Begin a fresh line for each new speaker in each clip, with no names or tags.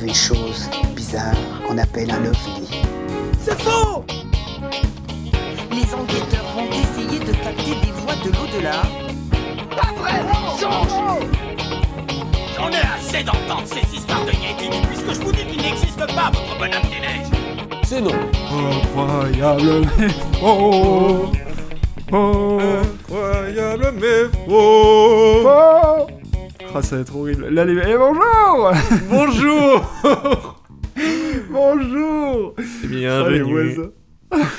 des choses bizarres qu'on appelle un ovni.
C'est faux
Les enquêteurs vont essayer de capter des voix de l'au-delà.
Pas vrai Mensonge
J'en ai assez d'entendre ces histoires de Yeti, puisque je vous dis qu'il n'existe pas, votre bonhomme des neiges
C'est non
Incroyable mais faux
Oh, Incroyable mais faux
Faux Ah ça va être horrible. Là les... Eh bonjour
Bonjour
Bonjour Ah, les
Bienvenue
voisins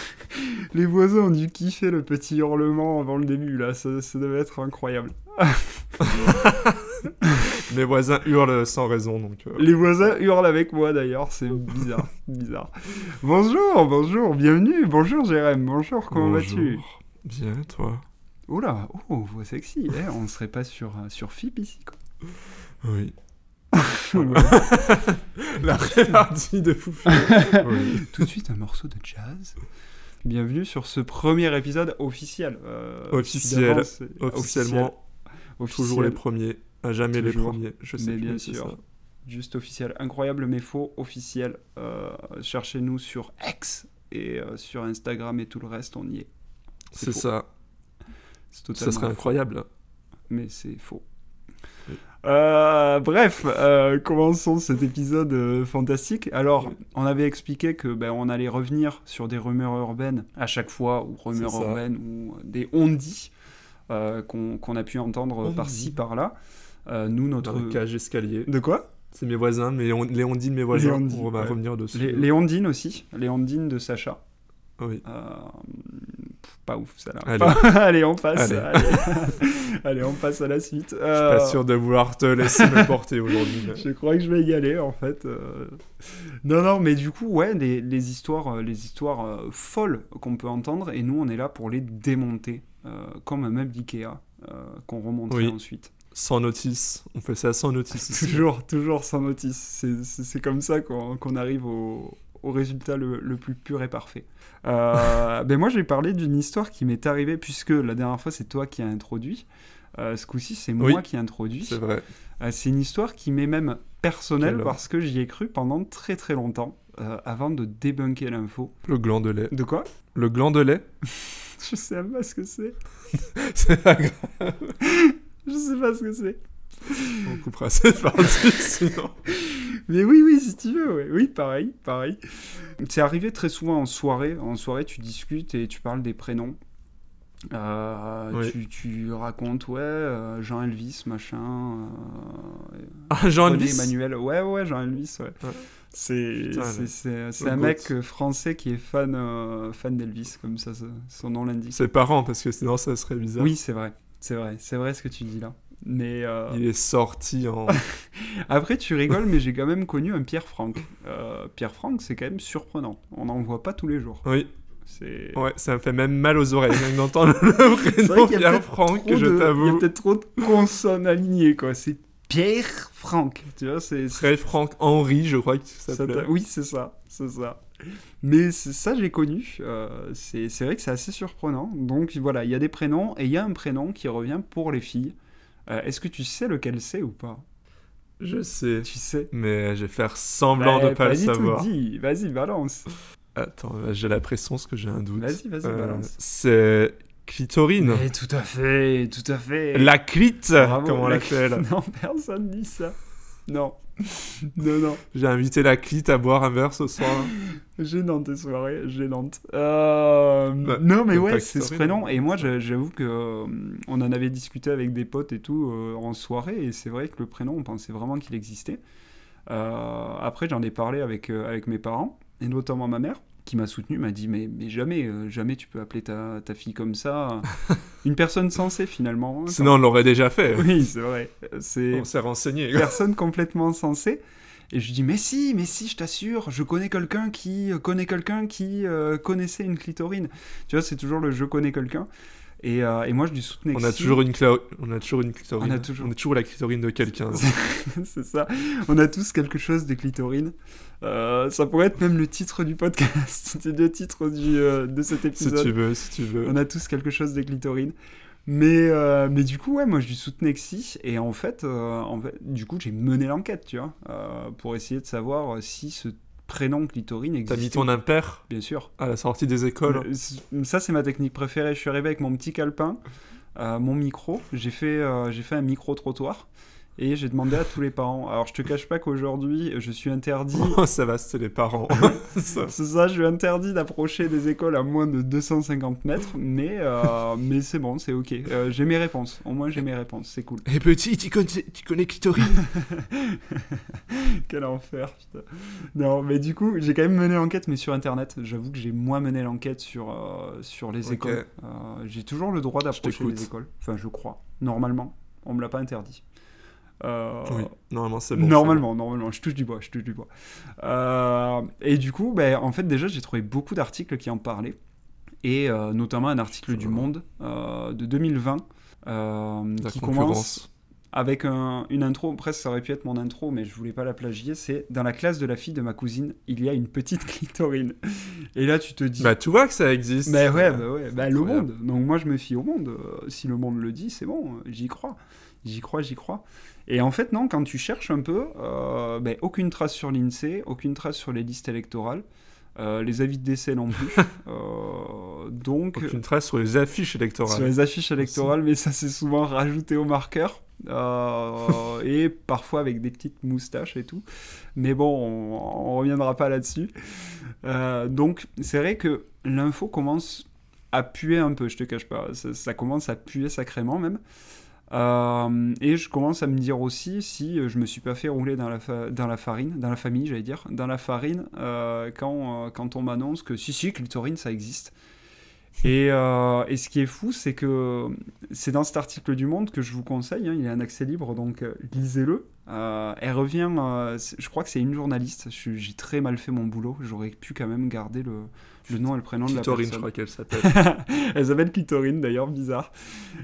Les voisins ont dû kiffer le petit hurlement avant le début là, ça, ça devait être incroyable.
Mes voisins hurlent sans raison, donc... euh,
Les voisins hurlent avec moi d'ailleurs, c'est bizarre, bizarre. Bonjour, bonjour, bienvenue, bonjour Jérém, bonjour, comment
bonjour.
vas-tu
Bien, toi
Oula, oh, voix sexy, eh, on serait pas sur, euh, sur FIP ici quoi.
Oui. Ah,
Ouais.
La répartie de Foufou Oui.
Tout de suite un morceau de jazz. Bienvenue sur ce premier épisode officiel. euh,
Officiel,
évidemment, c'est-
Officiellement,
officiel,
toujours les premiers. À jamais
Toujours.
les premiers. Je sais
Mais
plus,
bien
c'est
sûr.
ça.
Juste officiel, incroyable mais faux, officiel. Euh, Cherchez-nous sur X et euh, sur Instagram et tout le reste, on y est.
C'est
faux.
ça.
C'est totalement
Ça serait incroyable.
mais c'est faux.
Oui.
Euh, bref, euh, commençons cet épisode euh, fantastique. Alors, on avait expliqué que ben, on allait revenir sur des rumeurs urbaines à chaque fois, ou rumeurs
C'est ça.
urbaines, ou euh, des on-dit euh, qu'on qu'on a pu entendre
On-dit.
par-ci, par-là. Euh, nous,
Dans
notre...
le cage escalier.
De quoi
C'est mes voisins, mais on, les on dit de mes voisins.
on dit,
on va
ouais.
revenir dessus.
les, les ondines aussi, les ondines de Sacha.
Oui.
Euh, pff, pas ouf ça là.
Allez.
Pas- Allez, on passe.
Allez.
Allez. Allez, on passe à la suite. Euh,
Je suis pas sûr de vouloir te laisser me porter aujourd'hui. mais-
Je crois que je vais y aller en fait. euh. Non, non, mais du coup, ouais, les, les histoires, euh, les histoires euh, folles qu'on peut entendre, et nous, on est là pour les démonter, euh, comme un meuble Ikea euh, qu'on remonterait
Oui.
ensuite.
Sans notice. On fait ça sans notice. ici.
Toujours, toujours sans notice. C'est- C'est c'est comme ça qu'on qu'on arrive au, au résultat le, le plus pur et parfait. Euh, ben moi, je vais parler d'une histoire qui m'est arrivée, puisque la dernière fois, c'est toi qui as introduit. Euh, ce coup-ci, c'est moi
Oui.
qui ai introduit.
C'est vrai.
Euh, c'est une histoire qui m'est même personnelle
Quel homme.
parce que j'y ai cru pendant très très longtemps euh, avant de débunker l'info.
Le gland de lait.
De quoi
Le gland de lait
Je sais même pas ce que c'est.
C'est pas grave.
Je sais pas ce que c'est.
On coupera cette partie sinon.
Mais oui, oui, si tu veux, ouais. oui, pareil, pareil. C'est arrivé très souvent en soirée. En soirée, tu discutes et tu parles des prénoms. Euh,
Oui.
tu, tu racontes, ouais, euh, Jean Elvis, machin. euh,
Ah, jean
René
Elvis.
Emmanuel. Ouais, ouais, Jean Elvis, ouais.
Ouais.
C'est
Putain,
c'est-
le-
c'est- c'est
le
un
goat.
mec euh, français qui est fan, euh, fan d'Elvis, comme ça, ça- son nom l'indique.
Ses parents, parce que sinon ça serait bizarre.
Oui, c'est vrai, c'est vrai, c'est vrai ce que tu dis là. Mais euh,
Il est sorti en.
après, tu rigoles, mais j'ai quand même connu un Pierre Franck. Euh, Pierre Franck, c'est quand même surprenant. On n'en voit pas tous les jours.
Oui,
C'est
ouais, ça me fait même mal aux oreilles. Rien que d'entendre le
C'est vrai
prénom
qu'il y a
Pierre
peut-être
Franck,
trop
je
de- Il y a
t'avoue.
peut-être trop de consonnes alignées, quoi. C'est Pierre Franck, tu vois, c'est c'est-
Très Franck Henri, je crois que ça
Ça
s'appelle.
t'a- oui, c'est ça, c'est ça. Mais c'est- ça, j'ai connu. euh, c'est c'est vrai que c'est assez surprenant. Donc voilà, il y a des prénoms et il y a un prénom qui revient pour les filles. Euh, Est-ce que tu sais lequel c'est ou pas
Je sais.
Tu sais
Mais je vais faire semblant
Bah,
de pas le
du tout,
savoir.
dis, Vas-y, balance.
Attends, là, j'ai la pressance que j'ai un doute.
Vas-y, vas-y,
Euh,
balance.
C'est clitorine.
Mais tout à fait, tout à fait.
La clite,
Bravo,
comme on
la-
l'appelle.
Non, personne dit ça. Non. non, non.
J'ai invité la clite à boire un verre ce soir.
Gênante tes soirées, gênante. Euh,
Bah,
non mais
t'as
ouais,
pas
c'est ce
Xtorine,
prénom. Et moi j'a- j'avoue que euh, on en avait discuté avec des potes et tout euh, en soirée. Et c'est vrai que le prénom, on pensait vraiment qu'il existait. Euh, après j'en ai parlé avec, euh, avec mes parents, et notamment ma mère, qui m'a soutenu, m'a dit mais, mais jamais, euh, jamais tu peux appeler ta, ta fille comme ça. Une personne sensée finalement. hein,
Sinon, on l'aurait déjà fait.
quand- Oui, c'est vrai. C'est
On s'est renseigné.
personne complètement sensée. Et je dis, mais si, mais si, je t'assure, je connais quelqu'un qui euh, connaît quelqu'un qui euh, connaissait une clitorine. Tu vois, c'est toujours le je connais quelqu'un. Et, euh, et moi, je lui soutenais
On
que
a
si.
toujours une, cla- on a toujours une clitorine.
On a toujours-
la clitorine de quelqu'un.
c'est ça. On a tous quelque chose de clitorine. Euh, ça pourrait être même le titre du podcast, c'est le titre du, euh, de cet
si
épisode.
tu veux, si tu veux.
On a tous quelque chose de clitorine. Mais, euh, mais du coup, ouais, moi, je lui soutenais que si. Et en fait, euh, en fait du coup, j'ai mené l'enquête, tu vois, euh, pour essayer de savoir si ce prénom clitorine
T'as
existait.
mis ton impair
Bien sûr.
à la sortie des écoles.
Le- c- Ça, c'est ma technique préférée. Je suis arrivé avec mon petit calepin, euh, mon micro. J'ai fait, euh, j'ai fait un micro-trottoir. Et j'ai demandé à tous les parents. Alors, je te cache pas qu'aujourd'hui, je suis interdit
Oh, ça va, c'est les parents. Ça.
c'est ça, je lui interdis d'approcher des écoles à moins de 250 mètres, mais, euh, mais c'est bon, c'est ok. Euh, j'ai mes réponses, au moins j'ai mes réponses, c'est cool.
Et petit, tu connais, tu connais Kitori
Quel enfer, putain. Non, mais du coup, j'ai quand même mené l'enquête, mais sur Internet. J'avoue que j'ai moins mené l'enquête sur, euh, sur les
Ok.
écoles. Euh, j'ai toujours le droit d'approcher
t'écoute.
les écoles. Enfin, je crois. Normalement, on me l'a pas interdit. Euh,
Oui, normalement c'est bon.
normalement, normalement, je touche du bois, je touche du bois. Euh, et du coup, ben, en fait, déjà, j'ai trouvé beaucoup d'articles qui en parlaient, et euh, notamment un article du
Voilà.
Monde euh, de 2020 euh,
c'est bon. La
qui commence
concurrence.
avec un- une intro, presque ça aurait pu être mon intro, mais je voulais pas la plagier, c'est « Dans la classe de la fille de ma cousine, il y a une petite clitorine ». Et là, tu te dis...
Bah tu vois que ça existe.
Mais ouais, bah ouais, bah le
incroyable.
monde. Donc moi je me fie au monde. Euh, Si le monde le dit, c'est bon, euh, j'y crois. J'y crois, j'y crois. Et en fait, non, quand tu cherches un peu, euh, ben, aucune trace sur l'INSEE, aucune trace sur les listes électorales, euh, les avis de décès non plus. Euh, donc,
Aucune trace sur les affiches électorales.
sur les affiches électorales, mais ça c'est souvent rajouté au marqueur. euh, et parfois avec des petites moustaches et tout. Mais bon, on, on reviendra pas là-dessus. Euh, donc c'est vrai que l'info commence à puer un peu, je te cache pas. Ça, ça commence à puer sacrément même. Euh, et je commence à me dire aussi si euh, je me suis pas fait rouler dans la, fa- dans la farine, dans la famille j'allais dire, dans la farine euh, quand, euh, quand on m'annonce que si si, clitorine ça existe. Et, euh, et ce qui est fou, c'est que c'est dans cet article du Monde que je vous conseille. hein, il est un accès libre, donc euh, lisez-le. Euh, elle revient, euh, c'est- je crois que c'est une journaliste. Je suis- J'ai très mal fait mon boulot. J'aurais pu quand même garder le, le nom et le prénom de la
Kitorine, je
personne.
crois qu'elle s'appelle.
Elle s'appelle Clitorine d'ailleurs, bizarre.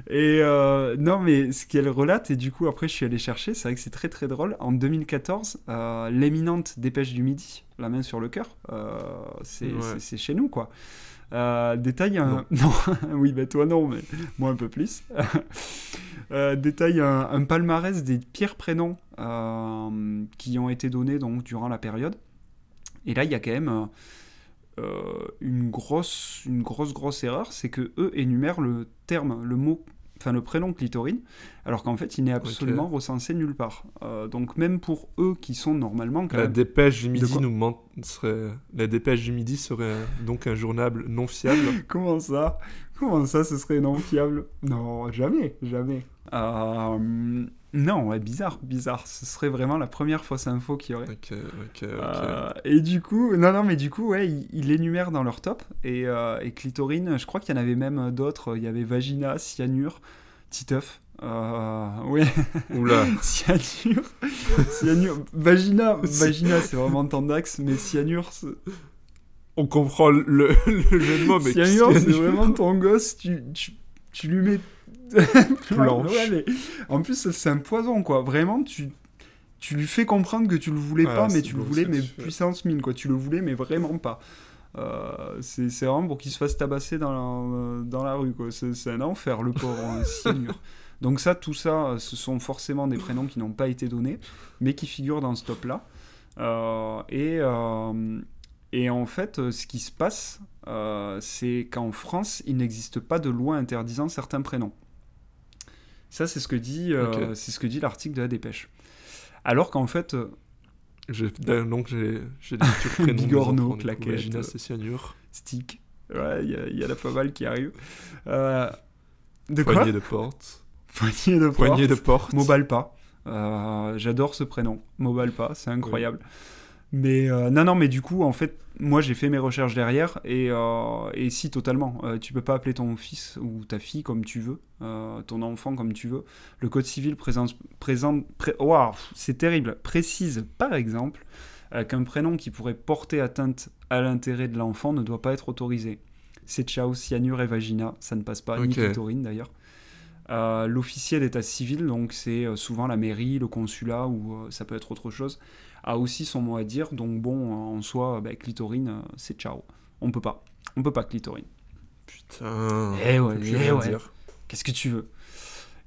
Et euh, non, mais ce qu'elle relate, et du coup après je suis allé chercher, c'est vrai que c'est très très drôle. En 2014, euh, l'éminente Dépêche du Midi, La main sur le cœur, euh, c'est
Ouais.
c'est- c'est chez nous quoi. Euh, détaille un... Non, oui, bah toi non, mais moi un peu plus. Euh, détaille un, un palmarès des pires prénoms euh, qui ont été donnés donc, durant la période. Et là, il y a quand même euh, euh, une grosse, une grosse, grosse erreur, c'est que eux énumèrent le terme, le mot, enfin le prénom clitorine, alors qu'en fait, il n'est absolument recensé nulle part. Euh, donc même pour eux qui sont normalement quand
La
même-
dépêche du
De
midi
quoi
nous ment- serait... La dépêche du midi serait euh, donc un journal non fiable.
Comment ça Comment ça, ce serait non fiable Non, jamais, jamais. Euh, non, ouais, bizarre, bizarre. Ce serait vraiment la première fausse info qu'il y aurait.
ok, ok, ok.
Euh, et du coup, non, non, mais du coup, ouais, il, il énumère dans leur top. Et, euh, et clitorine, je crois qu'il y en avait même d'autres. Il y avait vagina, cyanure, titeuf. Euh, ouais,
Oula.
cyanure, cyanure, vagina,
C'est-
vagina, c'est vraiment Tandax, mais cyanure, c'est-
On comprend le, le jeu de mots, mais
Sérieux,
qu'est-ce
c'est
que-
vraiment ton gosse, tu, tu, tu lui mets.
Planche.
Ouais, mais En plus, ça, c'est un poison, quoi. Vraiment, tu, tu lui fais comprendre que tu le voulais
Ah,
pas, mais
c'est
tu
beau,
le voulais,
c'est
mais
sûr.
puissance 1000, quoi. Tu le voulais, mais vraiment pas. Euh, c'est c'est vraiment pour qu'il se fasse tabasser dans la, dans la rue, quoi. C'est c'est un enfer, le pauvre, un seigneur. Donc, ça, tout ça, euh, ce sont forcément des prénoms qui n'ont pas été donnés, mais qui figurent dans ce top-là. Euh, et, euh, et en fait, euh, ce qui se passe, euh, c'est qu'en France, il n'existe pas de loi interdisant certains prénoms. Ça, c'est ce que dit, euh,
Ok.
c'est ce que dit l'article de la Dépêche. Alors qu'en fait, euh,
J'ai- Donc j'ai j'ai des petits prénoms. des
Bigorneau,
enfants, du coup.
claquette.
Vagina, c'est cyanure.
stick, ouais, il y a- il y, a la pas mal qui arrive. Euh, de quoi
Poignée de porte.
Poignée de
Poignée
porte.
de porte.
Mobile pas. Euh, J'adore ce prénom. Mobile pas, c'est incroyable. Mais euh, non, non, mais du coup, en fait, moi j'ai fait mes recherches derrière et, euh, et si, totalement. Euh, tu peux pas appeler ton fils ou ta fille comme tu veux, euh, ton enfant comme tu veux. Le code civil présente. présente pré- Waouh, c'est terrible. Précise, par exemple, euh, qu'un prénom qui pourrait porter atteinte à l'intérêt de l'enfant ne doit pas être autorisé. C'est ciao, cyanure et vagina, ça ne passe pas, ni
Ok.
clitorine d'ailleurs. Euh, L'officier d'état civil, donc c'est euh, souvent la mairie, le consulat ou euh, ça peut être autre chose, a aussi son mot à dire. Donc bon, euh, en soi, euh, bah, clitorine, euh, c'est ciao. On peut pas. On peut pas clitorine.
Putain.
Eh ouais,
J'ai
eh
rien à
ouais.
dire.
Qu'est-ce que tu veux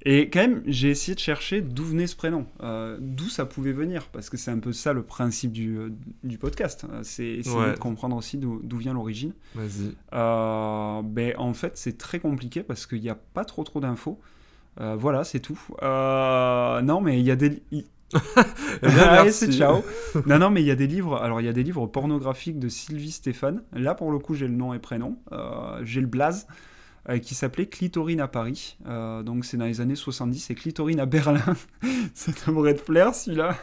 Et quand même, j'ai essayé de chercher d'où venait ce prénom, euh, d'où ça pouvait venir, parce que c'est un peu ça le principe du, euh, du podcast. euh, C'est essayer
Ouais.
de comprendre aussi d'où d'où vient l'origine.
Vas-y.
Euh, ben, en fait, c'est très compliqué parce qu'il n'y a pas trop trop d'infos. Euh, voilà, c'est tout. Euh, non, mais il y a des. li-
Eh bien,
Allez,
merci.
c'est ciao. non, non, mais il y a des livres. Alors, il y a des livres pornographiques de Sylvie Stéphane. Là, pour le coup, j'ai le nom et prénom. Euh, j'ai le blaze. euh, qui s'appelait Clitorine à Paris. Euh, donc, c'est dans les années 70. Et Clitorine à Berlin. ça devrait te plaire, celui-là.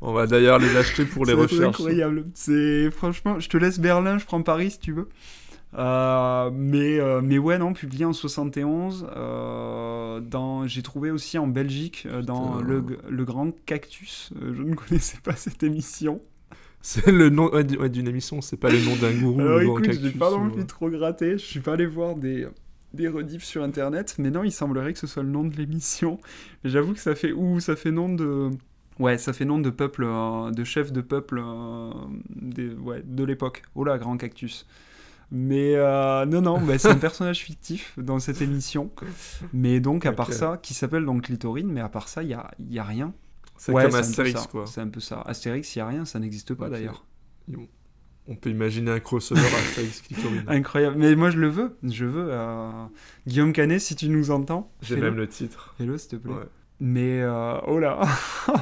On va d'ailleurs les acheter pour les
C'est
recherches.
incroyable. C'est franchement, je te laisse Berlin, je prends Paris si tu veux. Euh, mais, euh, mais ouais, non, publié en 71. euh, dans, j'ai trouvé aussi en Belgique, euh, dans
Putain.
le, le Grand Cactus. Euh, je ne connaissais pas cette émission.
C'est le nom ouais, du- ouais, d'une émission, c'est pas le nom d'un gourou
Alors
ou d'un
Euh, écoute, j'ai
cactus.
pas non
ou-
plus trop gratté. Je suis pas allé voir des, des rediffs sur internet. Mais non, il semblerait que ce soit le nom de l'émission. Mais j'avoue que ça fait. Ouh, ça fait nom de. Ouais, ça fait nom de peuple, euh, de chef de peuple euh, des, ouais, de l'époque. Oh là, grand cactus. Mais euh, non, non, bah, c'est un personnage fictif dans cette émission. Mais donc, à part
Ok.
ça, qui s'appelle donc Clitorine, mais à part ça, il n'y a, il y a rien.
C'est
Ouais,
comme
un peu
Astérix,
ça,
quoi.
C'est un peu ça. Astérix, il n'y a rien, ça n'existe pas
Ok.
d'ailleurs.
On peut imaginer un crossover Astérix Clitorine.
Incroyable. Mais moi, je le veux. Je veux. euh, Guillaume Canet, si tu nous entends,
J'ai
fais-le.
même le titre.
Fais-le, s'il te plaît.
Ouais.
Mais euh, oh là,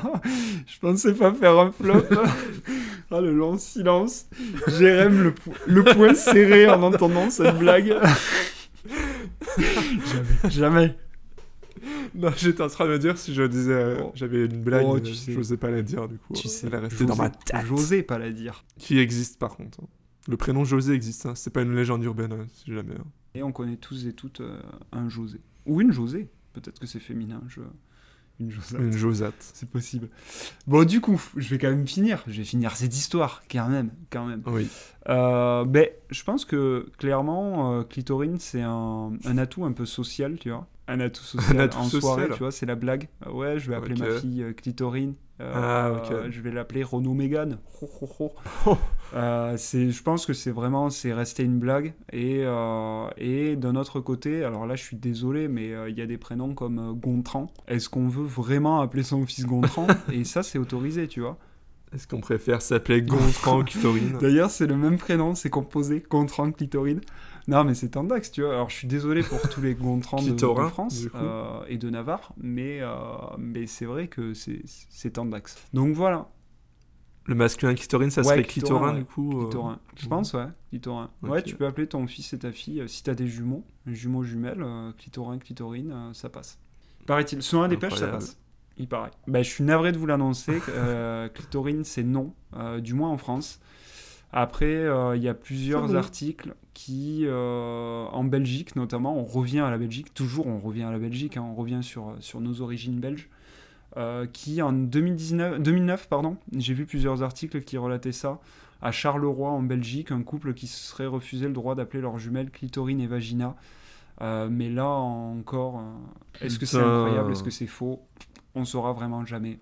je pensais pas faire un flop. ah, le long silence. Jérém, le, po- le poing serré en entendant cette blague. jamais. Jamais.
Non, j'étais en train de me dire si je disais. euh,
Oh.
J'avais une blague,
Oh,
euh,
tu sais.
j'osais pas la dire du coup.
Tu
euh,
sais,
elle est restée dans
j'osais-
ma tête.
J'osais pas la dire.
Qui existe par contre. hein. Le prénom José existe, hein. c'est pas une légende urbaine, hein, si jamais. hein.
Et on connaît tous et toutes euh, un José. Ou une José. Peut-être que c'est féminin. Je... Une José.
Une Josate.
C'est possible. Bon, du coup, je vais quand même finir. Je vais finir cette histoire, quand même, quand même.
Oui.
Euh, ben, je pense que clairement, euh, Clitorine, c'est un, un atout un peu social, tu vois. Un atout social
Un atout
en
social.
soirée, tu vois, c'est la blague. Euh, Ouais, je vais appeler ma
Ok.
fille euh, Clitorine. Euh,
Ah, ok.
euh, je vais l'appeler Renaud Mégane. Ho, ho, ho.
Oh.
Euh, c'est- je pense que c'est vraiment, c'est resté une blague. Et, euh, et d'un autre côté, alors là, je suis désolé, mais euh, il y a des prénoms comme euh, Gontran. Est-ce qu'on veut vraiment appeler son fils Gontran Et ça, c'est autorisé, tu vois.
Est-ce qu'on préfère s'appeler Gontran ou Clitorine
D'ailleurs, c'est le même prénom, c'est composé Gontran Clitorine. Non, mais c'est Tandax, tu vois. Alors, je suis désolé pour tous les Gontran de, de
Clitorin,
France
du coup.
euh, et de Navarre, mais, euh, mais c'est vrai que c'est c'est Tandax. Donc voilà,
Le masculin Clitorine, ça
Ouais,
serait
Clitorin,
Clitorin
ouais.
du coup. euh,
Clitorin. Je
ouais.
pense, ouais, Clitorin. Ouais,
Ok.
tu peux appeler ton fils et ta fille, euh, si t'as des jumeaux, jumeaux jumelles, euh, Clitorin, Clitorine, euh, ça passe. Paraît-il, selon un dépêche, ça
Incroyable.
passe. Il paraît. Bah, je suis navré de vous l'annoncer, euh, Clitorine, c'est non, euh, du moins en France. Après, euh, il y a plusieurs articles qui, euh, en Belgique notamment, on revient à la Belgique, toujours on revient à la Belgique, hein, on revient sur, sur nos origines belges, euh, qui en 2019, 2009, pardon, j'ai vu plusieurs articles qui relataient ça, à Charleroi en Belgique, un couple qui se serait refusé le droit d'appeler leurs jumelles clitorine et vagina. Euh, mais là encore, euh, est-ce que c'est
Putain.
incroyable, est-ce que c'est faux On saura vraiment jamais.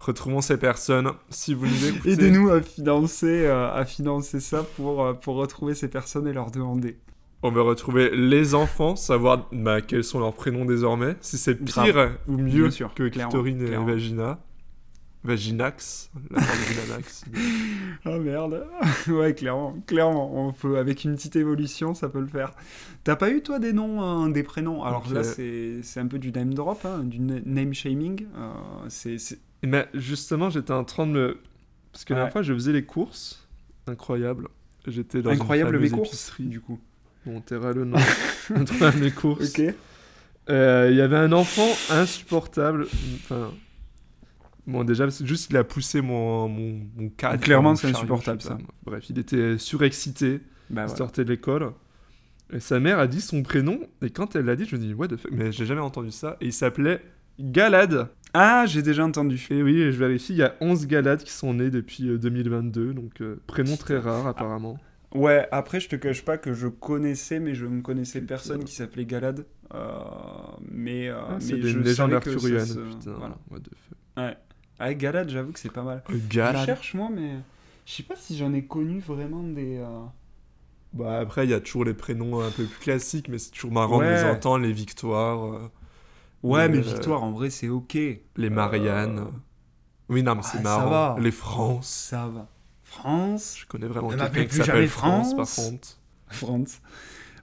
Retrouvons ces personnes. Si vous nous écoutez.
Aidez-nous à financer, euh, à financer ça pour, euh, pour retrouver ces personnes et leur demander.
On va retrouver les enfants, savoir bah, quels sont leurs prénoms désormais, si c'est pire
Grave.
ou mieux
Bien sûr,
que
clairement,
Clitorine et
clairement.
Vagina. Vaginax, la part de Vaginax.
Ah merde. ouais, clairement, clairement, on peut avec une petite évolution, ça peut le faire. T'as pas eu toi des noms, hein, des prénoms Alors
Ok.
là, c'est c'est un peu du name drop, hein, du na- name shaming. euh, c'est c'est-
Mais ben, justement, j'étais en train de me... Parce que la
Ouais.
dernière fois, je faisais les courses. Incroyable. J'étais dans
incroyable
une
mes
fameuse
courses, du coup.
épicerie. Bon, on taira le nom. Entre mes courses.
Ok.
Euh, Il y avait un enfant insupportable. Enfin... Bon, déjà, c'est juste qu'il a poussé mon, mon, mon cadre.
Clairement,
mon
c'est
chariot,
insupportable,
je sais pas,
ça.
moi. Bref, il était surexcité.
Bah
Il
ouais.
sortait de l'école. Et sa mère a dit son prénom. Et quand elle l'a dit, je me dis, what the fuck, mais j'ai jamais entendu ça. Et il s'appelait Galad.
Ah, j'ai déjà entendu.
Et oui, je vérifie, il y a 11 Galades qui sont nés depuis euh, 2022. Donc, euh, prénom très rare, apparemment.
Ouais, après, je te cache pas que je connaissais, mais je ne connaissais personne qui s'appelait Galad. Euh, mais euh,
Ah, c'est
mais
des
je
légendes
savais que ça
arthuriennes.
se-
Putain,
voilà.
what the fuck.
Ouais. Ah, Galad, j'avoue que c'est pas mal. Je cherche, moi, mais je sais pas si j'en ai connu vraiment des, euh,
Bah, après, il y a toujours les prénoms un peu plus classiques, mais c'est toujours marrant de les
Ouais.
entendre, les Victoires, euh,
Ouais, mais
Euh,
Victoire, en vrai, c'est ok.
les Mariannes.
Euh,
Oui, non, mais c'est
ouais, ça
marrant.
va.
Les France.
Ça va. France
Je connais vraiment
Ne
quelqu'un
m'appelez
qui
plus
s'appelle
jamais
France, par
France.
contre.
France.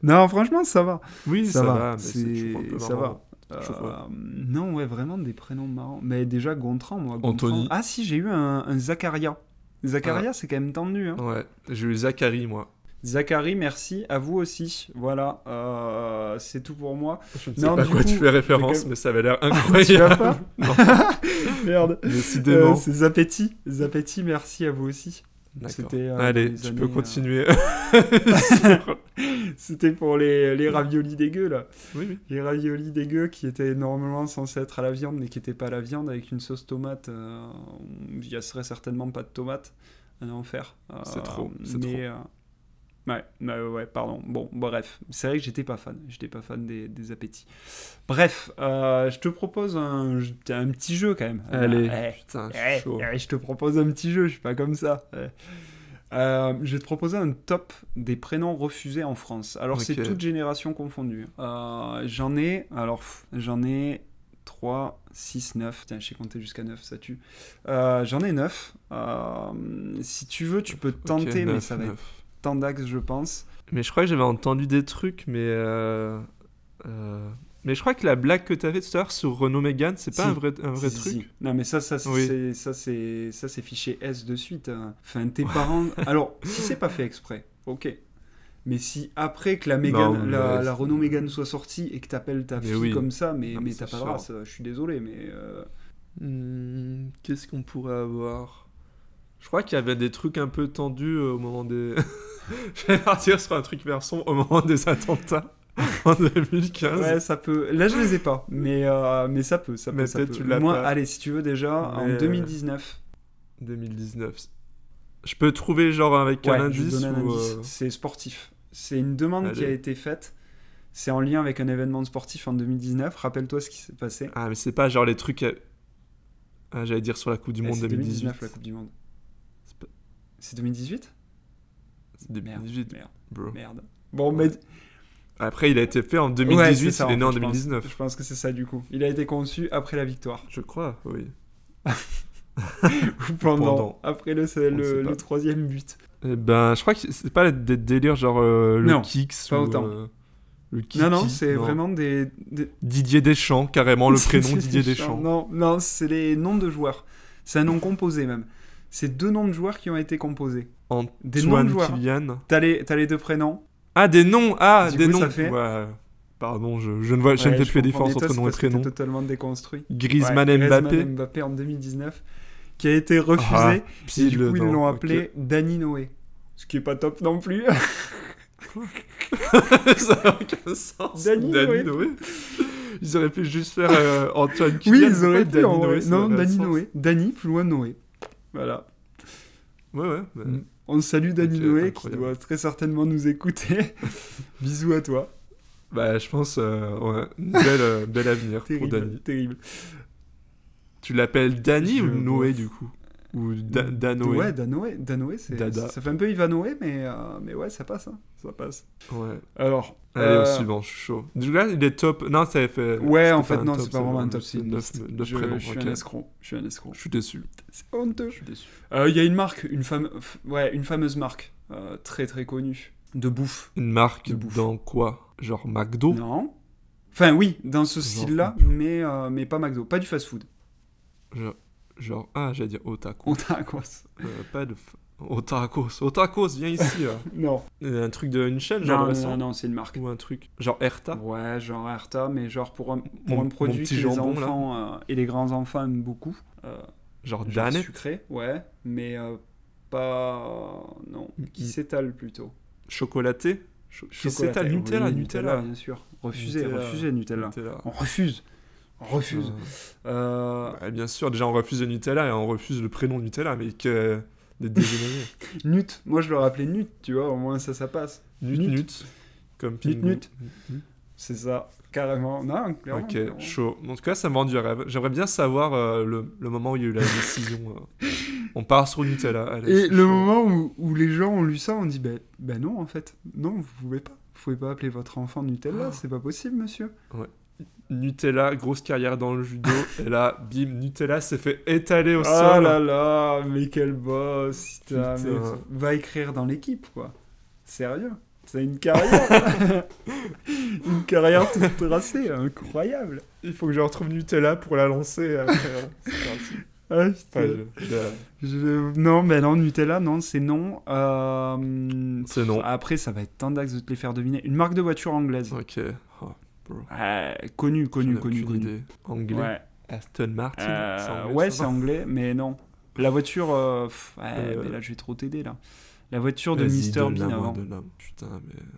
Non, franchement, ça va.
Oui, ça,
Ça va,
va, mais c'est
c'est-
toujours un peu
ça
marrant.
Euh,
Je vois.
non, ouais, vraiment des prénoms marrants. Mais déjà, Gontran, moi. Gontran.
Anthony.
Ah, si, j'ai eu un, un Zacharia. Zacharia, c'est quand même tendu. Hein.
Ouais, j'ai eu Zachary, moi.
Zachary, merci. À vous aussi. Voilà. euh, c'est tout pour moi.
Je ne sais
Non,
pas à
du
quoi
coup,
tu fais référence,
quand-
mais ça avait l'air
Tu vas
incroyable.
pas
Non.
Merde.
Décidément.
Euh, c'est Zapetti. Zapetti, merci à vous aussi.
D'accord.
c'était, euh, dans
Allez,
les
tu peux
années, euh,
continuer.
C'était pour les, les raviolis dégueux, là.
oui, oui.
Les raviolis dégueux qui étaient normalement censés être à la viande, mais qui n'étaient pas à la viande, avec une sauce tomate. euh, Il y a serait certainement pas de tomate. Un enfer. Euh,
C'est trop, c'est
mais, euh, ouais, euh, ouais, pardon. Bon, bref. C'est vrai que j'étais pas fan. J'étais pas fan des, des appétits. Bref, euh, je te propose un, un petit jeu quand même.
Allez.
Eh,
Putain, je suis
Eh,
Ah, chaud.
eh, je te propose un petit jeu, je suis pas comme ça. Eh. Euh, je vais te proposer un top des prénoms refusés en France. Alors, c'est
Ok.
toute génération confondue. Euh, j'en ai, alors, pff, j'en ai 3, 6, 9. Tiens, j'ai compté jusqu'à 9, ça tue. Euh, j'en ai 9. si tu veux, tu peux
Ok,
tenter, mais
neuf,
ça va être
neuf.
Tandax, je pense.
Mais je crois que j'avais entendu des trucs, mais. euh, euh, Mais je crois que la blague que t'avais tout à l'heure sur Renault Mégane, c'est pas
Si.
un vrai, un vrai
Si, si,
truc
si. Non, mais ça, ça, c'est-
Oui.
c'est- ça, c'est ça, c'est fiché S de suite. hein. Enfin, tes parents. Alors, si c'est pas fait exprès, ok. Mais si après que la, Mégane-
Non, mais
la,
c'est-
la Renault Mégane soit sortie et que t'appelles ta
Mais
fille
oui.
comme ça, mais,
Non, mais
mais
c'est
t'as pas le droit,
sûr.
ça, je suis désolé, mais. euh,
Hmm, Qu'est-ce qu'on pourrait avoir Je crois qu'il y avait des trucs un peu tendus euh, au moment des. Je vais partir sur un truc version au moment des attentats en 2015.
Ouais, ça peut. Là, je les ai pas, mais, euh, mais ça peut. Ça
Mais
peut, ça
peut-être
peut.
tu l'as
Moi,
pas.
allez, si tu veux déjà,
Mais, euh,
en 2019.
2019. Je peux trouver genre avec
Ouais,
un
je
indice
donne un
ou.
indice.
euh,
C'est sportif. C'est une demande qui a
Allez.
été faite. C'est en lien avec un événement sportif en 2019. Rappelle-toi ce qui s'est passé.
Ah, mais c'est pas genre les trucs. à- Ah, j'allais dire sur la Coupe du
Eh,
Monde
c'est
2018.
2019 la Coupe du Monde.
C'est pas-
C'est 2018
C'est 2018,
Merde,
bro.
merde. Bon,
Mmh. Ouais.
mais
Après, il a été fait en
Ouais,
2018,
c'est ça,
il est né
fait,
en
je pense.
2019.
Je pense que c'est ça du coup. Il a été conçu après la victoire.
Je crois, oui.
Ou pendant,
Pendant.
après le,
On ne sait
le,
pas.
le troisième but.
Eh ben, je crois que c'est pas des délires genre euh, le
Non,
Kix
pas
ou,
autant.
euh, le Kiki,
non, non, c'est vraiment des. des-
Didier Deschamps, carrément Oh, le prénom
c'est
Didier
des
Deschamps.
gens. Non, non, c'est les noms de joueurs. C'est un nom composé même. C'est deux noms de joueurs qui ont été composés. Des noms de
Antoine
joueurs.
Kylian.
T'as les, t'as les deux prénoms.
Ah, des noms Ah,
Du
des
coup,
noms
ça fait-
Ouais. Pardon, je, je ne vois, je
Ouais,
ne fais plus la
comprends,
différence
mais toi,
entre
c'est
nom et
parce que t'es
prénom.
totalement déconstruit.
Griezmann
Ouais,
Mbappé.
Griezmann Mbappé en 2019, qui a été refusé.
Ah,
Et du
pile
coup, ils
dedans,
l'ont
ok.
appelé Danny Noé. Ce qui est pas top non plus.
ça n'a aucun sens.
Dani Noé.
Noé. Ils auraient pu juste faire euh, Antoine Kylian.
oui, ils auraient
pourquoi
pu.
Dani
en vrai.
Noé, ça
Non,
n'aurait pas de
Danny
sens.
Noé. Danny, plus loin Noé. Voilà.
Ouais, ouais. bah,
Mm. On salue Danny
Ok,
Noé qui
incroyable.
doit très certainement nous écouter. Bisous à toi.
Bah, je pense, euh, ouais, bel, euh, bel avenir pour
Terrible,
Dani.
terrible.
Tu l'appelles Dani
Je
ou
vois. Mm.
Noé du coup Ou Da- Danoé
Ouais, Danoé, Danoé, c'est
Dada.
ça fait un peu Ivanoé, mais euh, mais ouais, ça passe, hein, ça passe.
Ouais.
Alors,
Allez, au
euh,
suivant, je suis chaud. Du coup, là, il est top. Non, ça fait.
Ouais,
c'était
en
pas
fait,
un
non,
top,
c'est pas vraiment un top
c'est
6.
neuf- neuf
je,
prénoms,
je suis
ok.
un escroc. Je suis un escroc.
Je suis déçu.
C'est honteux.
Je suis déçu.
Il Euh, y a une marque, une, fame- f- ouais, une fameuse marque, euh, très très connue, de bouffe.
Une marque
De bouffe.
dans quoi Genre McDo
Non Enfin oui, dans ce
Genre.
style-là, mais, euh, mais pas McDo, pas du fast-food.
Genre, genre- ah, j'allais dire Otaku.
On t'a quoi ça
Euh, pas de. f- Otakos. Otakos, viens ici. là.
Non.
Euh, un truc de une chaîne,
Non,
genre euh, de
non,
restaurant
non, non, c'est une marque.
Ou un truc. Genre Erta
Ouais, genre Erta, mais genre pour un, pour
Mon-
un
mon
produit
petit
que
jambon,
les
là.
enfants euh, et les grands-enfants aiment beaucoup. Euh,
Genre
genre
Danette
sucré, ouais, mais euh, pas... Non, qui s'étale plutôt.
Chocolaté Cho- Qui
Chocolaté,
s'étale
oui,
Nutella, Nutella.
bien sûr. Refusé,
Nutella.
refusé Nutella.
Nutella.
On refuse. On refuse. Euh,
Ouais, bah, bien sûr, déjà on refuse le Nutella et on refuse le prénom Nutella, mais que des dégénérés.
Nut, moi je l'aurais appelé Nut, tu vois, au moins ça, ça passe.
Nut
Nut.
Nut. Comme
Nut,
Pingu.
Nut. C'est ça, carrément. Non, clairement.
Ok,
clairement.
chaud. En tout cas, ça me rend du rêve. J'aimerais bien savoir euh, le, le moment où il y a eu la décision. euh. On part sur Nutella. allez,
Et
c'est
le
chaud.
moment où, où les gens ont lu ça, on dit ben ben non, en fait. Non, vous pouvez pas. Vous pouvez pas appeler votre enfant Nutella, c'est pas possible, monsieur.
Nutella, grosse carrière dans le judo. et là, bim, Nutella s'est fait étaler au
Ah
sol.
là là, mais quel boss putain, mais
Putain.
Va écrire dans l'équipe, quoi. Sérieux C'est une carrière Une carrière toute tracée, incroyable
Il faut que je retrouve Nutella pour la lancer. euh, Après. hein. C'est parti.
Ah, putain.
Enfin, je- je-
Je- Non, ben non, Nutella, non, c'est non. Euh,
C'est non.
Après, ça va être tendax de te les faire deviner. Une marque de voiture anglaise.
Ok. Oh,
Euh, connue,
j'en
connue, connue,
ai aucune
connue.
idée. Anglais.
Ouais.
Aston Martin.
Euh,
c'est anglais,
ouais,
ça
c'est
va.
anglais, mais non. La voiture. euh, pff, ouais,
Euh,
mais là, je vais trop t'aider, là. La voiture de
Vas-y,
Mr.
donne-la
Bean
moi,
avant.
donne-la. Putain, mais euh,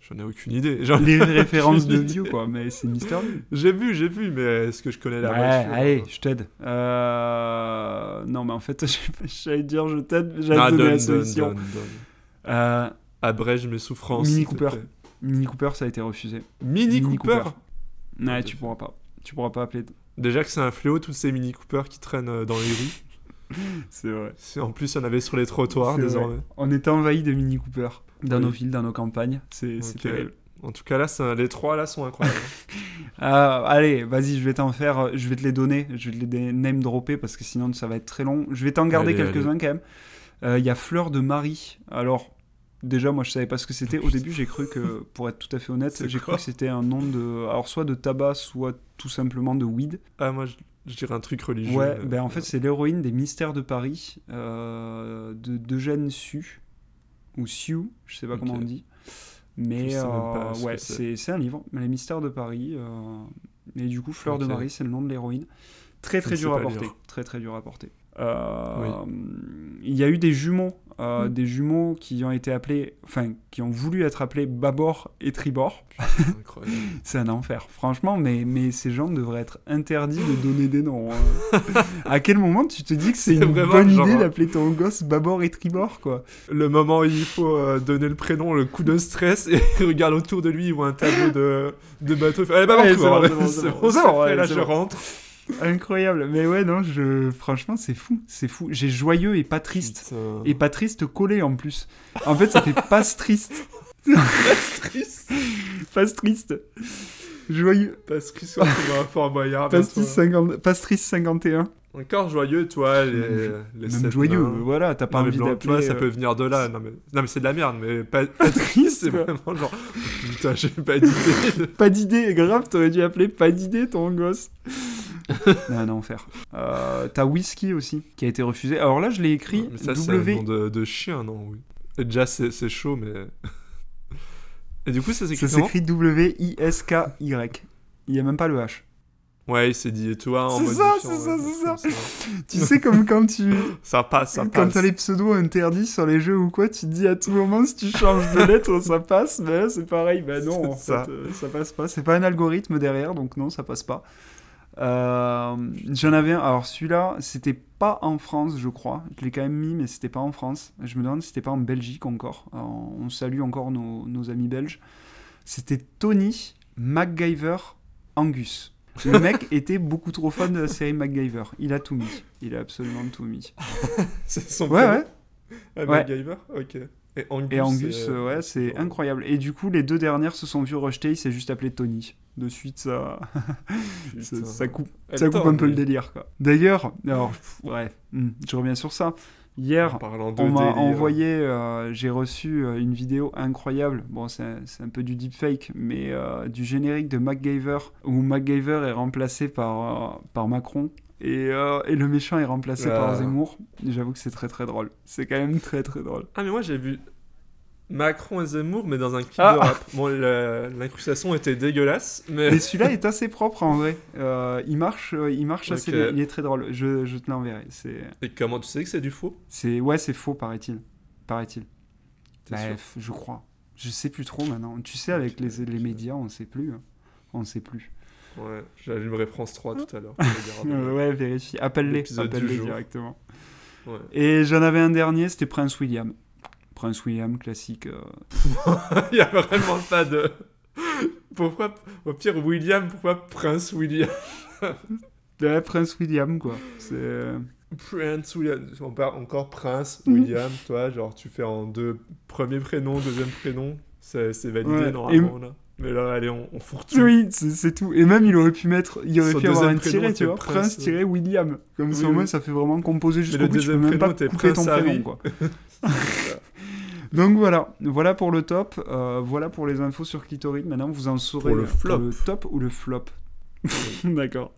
j'en ai aucune idée. J'en-
Les références de
Aucune
vieux, quoi, mais c'est Mr. Bean.
J'ai vu, j'ai vu, mais est-ce que je connais
Ouais,
la voiture
allez, je t'aide. Euh, Non, mais en fait, je- j'allais dire je t'aide, mais j'allais
Ah,
te donner
donne,
la
donne,
solution.
donne, donne.
Euh,
Abrège mes souffrances.
Mini
s'il te
Cooper.
plaît.
Mini Cooper, ça a été refusé.
Mini,
Mini
Cooper.
Cooper. Ouais, tu pourras pas. Tu pourras pas appeler.
Déjà que c'est un fléau, toutes ces Mini Cooper qui traînent euh, dans les rues.
C'est vrai.
C'est- En plus, il y en avait sur les trottoirs
C'est vrai.
désormais.
On est envahi de Mini Cooper. Dans
Oui.
nos villes, dans nos campagnes. C'est c'est
Ok.
terrible.
En tout cas, là, ça- les trois là sont incroyables.
Ah, allez, vas-y, je vais t'en faire, euh, je vais te les donner, je vais te les name dropper parce que sinon ça va être très long. Je vais t'en garder
Allez,
quelques-uns quand même. Euh, Il y a Fleur de Marie. Alors, déjà, moi je savais pas ce que c'était. Au début, j'ai cru que, pour être tout à fait honnête,
C'est
j'ai cru
quoi
que c'était un nom de. Alors, soit de tabac, soit tout simplement de weed.
ah, moi, je, je dirais un truc religieux. euh,
Ouais,
mais-
ben en fait, c'est l'héroïne des Mystères de Paris euh, de d'Eugène Sue, ou Sue, je sais pas
Ok.
comment on dit. Mais
Je sais même pas
euh,
ce que
ouais,
c'est.
c'est c'est un livre, Les Mystères de Paris. euh, et du coup, Fleur
Ok.
de Marie, c'est le nom de l'héroïne. Très
Je
très
ne sais
dur à
pas
porter.
lire.
Très très dur à porter. Euh, Il y a eu des jumeaux,
Mm.
euh, des jumeaux qui ont été appelés, enfin qui ont voulu être appelés Babord et Tribord.
euh, Incroyable.
C'est un enfer, franchement, mais, mais ces gens devraient être interdits de donner des noms. hein. à quel moment tu te dis que c'est
C'est
une
vraiment
bonne
genre,
idée
hein.
d'appeler ton gosse Babord et Tribord, quoi
Le moment où il faut euh, donner le prénom, le coup de stress, et il regarde autour de lui, il voit un tableau de, de bateau. Il fait, Allez, bah,
Ouais,
partout,
c'est bon,
hein.
c'est bon, c'est
C'est
bon.
bon,
C'est
c'est
bon,
fait,
ouais,
là,
c'est
je
bon.
rentre.
Incroyable, mais ouais, non, je... franchement, c'est fou, c'est fou. J'ai joyeux et pas triste.
Putain.
Et pas triste collé en plus. En fait, ça fait passe triste.
triste.
Passe triste. Joyeux.
Parce que sur un fort boyard.
Passe
bientôt.
triste 50 passe triste 51.
Encore joyeux, toi, les, les
Même
sept
joyeux,
nains.
voilà, t'as pas
Non, mais
envie
blanc, tu vois,
d'appeler.
ça
euh,
peut venir de là. Non, mais, non, mais c'est de la merde, mais pas,
Pas triste,
c'est
quoi.
vraiment genre. Putain, j'ai pas d'idée.
Pas d'idée, grave, t'aurais dû appeler pas d'idée ton gosse. non, non, enfer. Euh, T'as Whisky aussi, qui a été refusé. Alors là, je l'ai écrit
Ah, Mais ça, c'est un
W.
nom de, de chien, non oui. Et Déjà, c'est c'est chaud, mais. Et du coup, ça
Ça
s'écrit comment
s'écrit W-I-S-K-Y. Il n'y a même pas le H.
Ouais, il s'est dit, et toi, en
C'est
mode
ça,
méfiant,
c'est ça,
ouais,
c'est
comme
ça. Tu sais, comme quand tu.
Ça passe, ça
quand
passe.
t'as les pseudos interdits sur les jeux ou quoi, tu te dis à tout moment si tu changes de lettre, ça passe. Mais là, c'est pareil. Ben non, en
C'est ça.
fait, euh, ça passe pas. C'est pas un algorithme derrière, donc non, ça passe pas. Euh, J'en avais un. Alors celui-là, c'était pas en France, je crois. Je l'ai quand même mis, mais c'était pas en France. Je me demande si c'était pas en Belgique encore. Alors, on salue encore nos, nos amis belges. C'était Tony MacGyver Angus. Le mec était beaucoup trop fan de la série MacGyver. Il a tout mis. Il a absolument tout mis.
C'est son
Ouais, ouais.
ouais.
ouais.
MacGyver Ok. Et Angus.
Et Angus,
euh,
euh, ouais, c'est
ouais.
incroyable. Et du coup, les deux dernières se sont vues rejeter, il s'est juste appelé Tony. De suite, ça, ça,
putain.
ça coupe,
Eh,
ça
attends,
coupe un peu
mais
le délire, quoi. D'ailleurs, alors, pff, ouais, hmm, je reviens sur ça. Hier,
En parlant de
on m'a
délire.
envoyé, euh, j'ai reçu euh, une vidéo incroyable. Bon, c'est un, c'est un peu du deepfake, mais euh, du générique de MacGyver, où MacGyver est remplacé par, euh, par Macron. Et, euh, et le méchant est remplacé
Ah.
par Zemmour. J'avoue que c'est très très drôle. C'est quand même très très drôle.
Ah, mais moi j'ai vu Macron et Zemmour, mais dans un clip
Ah.
de rap. Bon, la- l'incrustation était dégueulasse, mais.
Mais celui-là est assez propre en vrai. Euh, il marche, euh, il marche assez
Ok.
bien. Il est très drôle. Je, je te l'enverrai. C'est,
Et comment tu sais que c'est du faux
c'est, ouais, c'est faux, paraît-il. Paraît-il.
T'es sûr
Bref, je crois. Je sais plus trop maintenant. Tu sais, avec
Ok,
les, les
ok.
médias, on sait plus. hein. On sait plus.
Ouais, j'allumerai France 3
hein
tout à l'heure.
Euh, ouais, vérifie. Appelle-les.
L'épisode du
Appelle-les
jour.
directement.
Ouais.
Et j'en avais un dernier, c'était Prince William. Prince William, classique. euh,
Il y a vraiment pas de. Pourquoi, au pire, William, pourquoi Prince William
Ouais, Prince William, quoi. C'est... euh,
Prince William, on parle encore Prince
Mm.
William, toi, genre tu fais en deux, premier prénom, deuxième prénom, c'est c'est validé
Ouais, et-
normalement là. Mais là, allez, on, on fourre tout.
Oui, c'est c'est tout. Et même, il aurait pu mettre, il aurait
Son
pu avoir un
deuxième prénom,
tiret,
t'es
tu vois,
Prince, euh.
Prince tiret William. Comme ça,
Oui,
au moins,
oui.
ça fait vraiment composer
le
jusqu'au bout. Tu peux
deuxième
même pas
prénom, t'es
couper ton
Prince Harry.
prénom, quoi. Donc voilà, voilà pour le top, euh, voilà pour les infos sur Clitorid. Maintenant, vous en saurez
Pour le flop.
le top ou le flop. D'accord.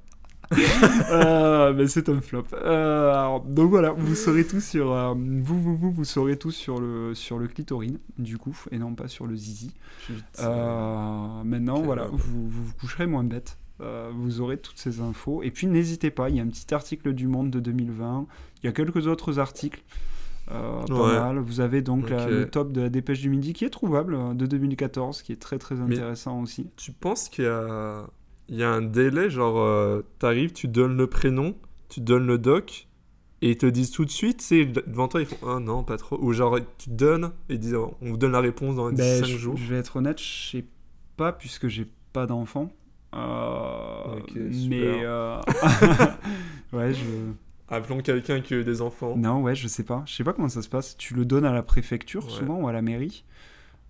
Euh, ben, c'est un flop. Euh, alors, donc voilà, vous saurez tout sur euh, vous, vous, vous, vous saurez tout sur le sur le clitorine du coup, et non pas sur le zizi. Euh, maintenant,
Quel
voilà,
homme.
vous, vous vous coucherez moins bête. Euh, vous aurez toutes ces infos. Et puis n'hésitez pas, il y a un petit article du Monde de 2020. Il y a quelques autres articles. euh, pas
Ouais.
mal. Vous avez donc la-
Ok.
le top de la dépêche du midi qui est trouvable euh, de 2014, qui est très très
Mais-
intéressant aussi.
Tu penses qu'il y a, il y a un délai, genre euh, t'arrives, tu donnes le prénom, tu donnes le doc, et ils te disent tout de suite, c'est devant toi, ils font ah non, pas trop, ou genre tu donnes, et ils disent on vous donne la réponse dans
Ben,
5
je,
jours.
je vais être honnête, je sais pas puisque j'ai pas d'enfant. Euh,
Ok,
mais
super.
euh, ouais, je
Appelons quelqu'un qui a eu des enfants.
non, ouais, je sais pas. Je sais pas comment ça se passe. Tu le donnes à la préfecture
Ouais.
souvent ou à la mairie.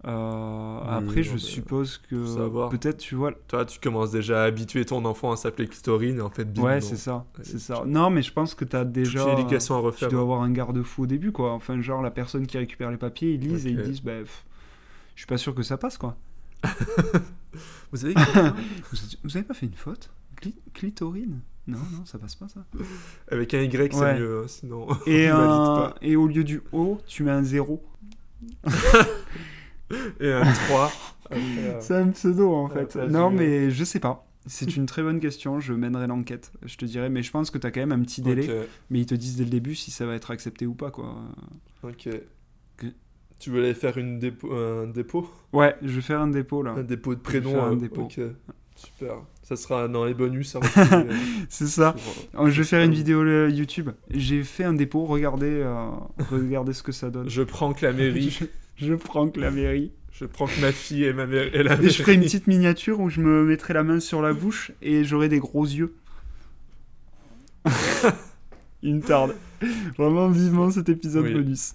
Euh,
Oui,
après,
non,
je
mais
suppose
faut
que
savoir.
peut-être tu vois.
Toi, tu commences déjà à habituer ton enfant à s'appeler Clitorine, et en fait, bim,
ouais,
non.
c'est ça,
Ouais,
c'est ça.
tu-
Non, mais je pense que t'as
Toute
déjà.
l'éducation à
tu
refaire.
dois avoir un garde-fou au début, quoi. Enfin, genre, la personne qui récupère les papiers, ils lisent et ils
Ok.
disent, bah, pff, je suis pas sûr que ça passe, quoi.
hein. Vous savez que-
Vous avez, vous avez pas fait une faute Cli- Clitorine Non, non, ça passe pas, ça.
avec un Y, c'est
Ouais.
mieux, hein, sinon.
Et,
on valide
un-
pas.
et au lieu du O, tu mets un zéro.
Et un 3. après, euh,
C'est un pseudo, en
Ah,
fait.
t'as
non,
vu.
mais je sais pas. C'est une très bonne question, je mènerai l'enquête, je te dirais, mais je pense que t'as quand même un petit délai,
ok,
mais ils te disent dès le début si ça va être accepté ou pas, quoi.
ok.
Que-
Tu veux aller faire une dépo- un dépôt
Ouais, je vais faire un dépôt, là.
Un dépôt de
Je vais
prénom
faire un
euh,
dépôt.
Ok, super. Ça sera dans les bonus. hein, aussi, euh,
C'est ça.
sur-
Oh, Je vais faire une vidéo euh, YouTube. J'ai fait un dépôt, regardez, euh, regardez ce que ça donne.
Je prends que la mairie,
Je, je prends que la mairie.
je prends que ma fille et ma mère et la
Et je ferai une
mairie.
petite miniature où je me mettrai la main sur la bouche et j'aurai des gros yeux. une tarde. Vraiment vivement cet épisode
Oui.
bonus.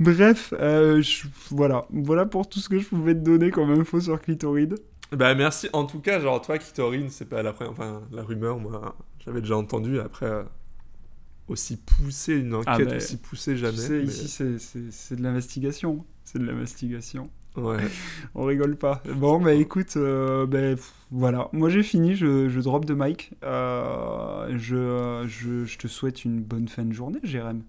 Bref, euh, je- voilà. voilà pour tout ce que je pouvais te donner comme info sur Clitoride.
Bah merci. En tout cas, genre toi, Kitorine, c'est pas la première, enfin la rumeur, moi, j'avais déjà entendu. Après, euh, aussi poussée, une enquête
Ah, mais-
aussi poussée
Tu
jamais.
sais,
mais-
ici, c'est- c'est c'est de l'investigation. C'est de l'investigation.
Ouais.
On rigole pas. Bon, bah écoute, euh, bah, pff, voilà. Moi j'ai fini, je, je drop de mic. Euh, je, je, je te souhaite une bonne fin de journée, Jérém.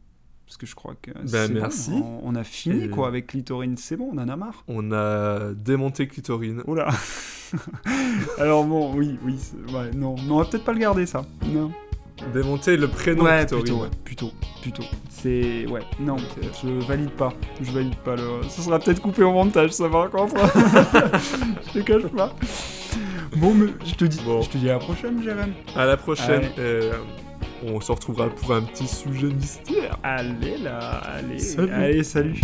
Parce que je crois que. c'est bon.
Ben, merci.
On, on a fini
Et-
quoi avec Clitorine, c'est bon, on en a marre.
On a démonté Clitorine.
Oh là Alors bon, oui, oui, c'est- ouais, non. Mais on va peut-être pas le garder ça. Non.
Démonté le prénom
ouais,
Clitorine.
plutôt, ouais, plutôt, plutôt. C'est. Ouais, non, euh,
Ok.
je valide pas. Je valide pas le. Ce sera peut-être coupé au montage, ça par contre. je te cache pas. Bon, mais je te dis,
Bon.
je te dis à la prochaine, Jérém.
À la prochaine.
Allez.
et, euh, on se retrouvera pour un petit sujet mystère.
Allez là, allez,
Salut.
allez, salut.